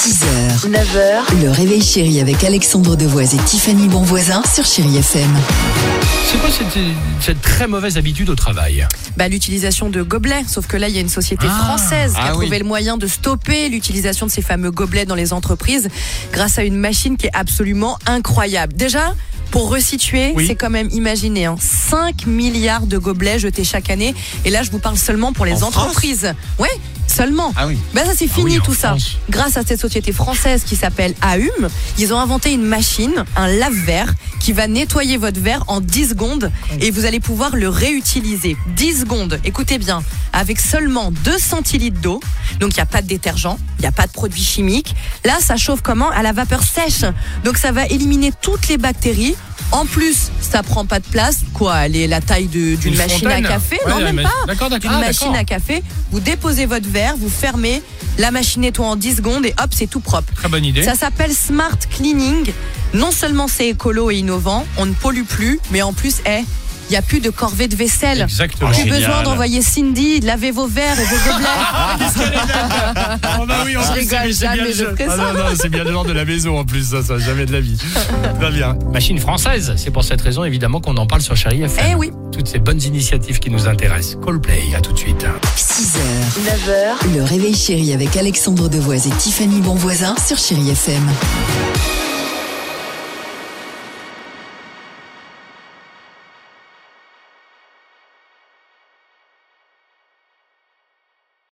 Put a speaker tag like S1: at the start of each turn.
S1: 6h, 9h, le réveil chéri avec Alexandre Devoise et Tiffany Bonvoisin sur Chéri FM.
S2: C'est quoi cette, cette très mauvaise habitude au travail
S3: bah, l'utilisation de gobelets. Sauf que là, il y a une société
S2: Ah,
S3: française qui
S2: ah
S3: a trouvé
S2: oui.
S3: le moyen de stopper l'utilisation de ces fameux gobelets dans les entreprises grâce à une machine qui est absolument incroyable. Déjà, pour resituer,
S2: Oui.
S3: c'est quand même, imaginez, hein, 5 milliards de gobelets jetés chaque année. Et là, je vous parle seulement pour les
S2: En France
S3: entreprises. Ouais, seulement.
S2: Ah oui.
S3: Bah ça c'est
S2: Ah
S3: fini
S2: oui, en
S3: tout ça.
S2: France.
S3: Grâce à cette société française qui s'appelle Ahum, ils ont inventé une machine, un lave-verre, qui va nettoyer votre verre en 10 secondes et vous allez pouvoir le réutiliser. 10 secondes, écoutez bien, avec seulement 2 centilitres d'eau, donc il n'y a pas de détergent, il n'y a pas de produits chimiques. Là, ça chauffe comment À la vapeur sèche. Donc ça va éliminer toutes les bactéries. En plus, ça prend pas de place, quoi, elle est la taille de- d'une
S2: Une
S3: machine
S2: fontaine
S3: à café,
S2: Ouais,
S3: non même
S2: mais-
S3: pas.
S2: D'accord, d'accord.
S3: D'une
S2: Ah,
S3: machine
S2: d'accord.
S3: à café, vous déposez votre verre, vous fermez, la machine nettoie en 10 secondes et hop, c'est tout propre.
S2: Très bonne idée.
S3: Ça s'appelle Smart Cleaning. Non seulement c'est écolo et innovant, on ne pollue plus, mais en plus, eh, il n'y a plus de corvée de vaisselle.
S2: Exactement.
S3: Plus
S2: Génial.
S3: besoin d'envoyer Cindy, laver vos verres et vos gobelets.
S2: Oh bah oui, en
S3: Je
S2: plus,
S3: rigole,
S2: c'est- c'est
S3: Jeanne,
S2: bien
S3: mais
S2: le
S3: je
S2: jeu.
S3: ferai
S2: Ah
S3: ça.
S2: non, non, c'est bien le genre de la maison en plus, ça, ça jamais de la vie. Très bien. Machine française, c'est pour cette raison évidemment qu'on en parle sur Chéri FM.
S3: eh oui.
S2: Toutes ces bonnes initiatives qui nous intéressent. Coldplay, à tout de suite.
S1: 6h, 9h, le réveil chéri avec Alexandre Devoise et Tiffany Bonvoisin sur Chéri FM.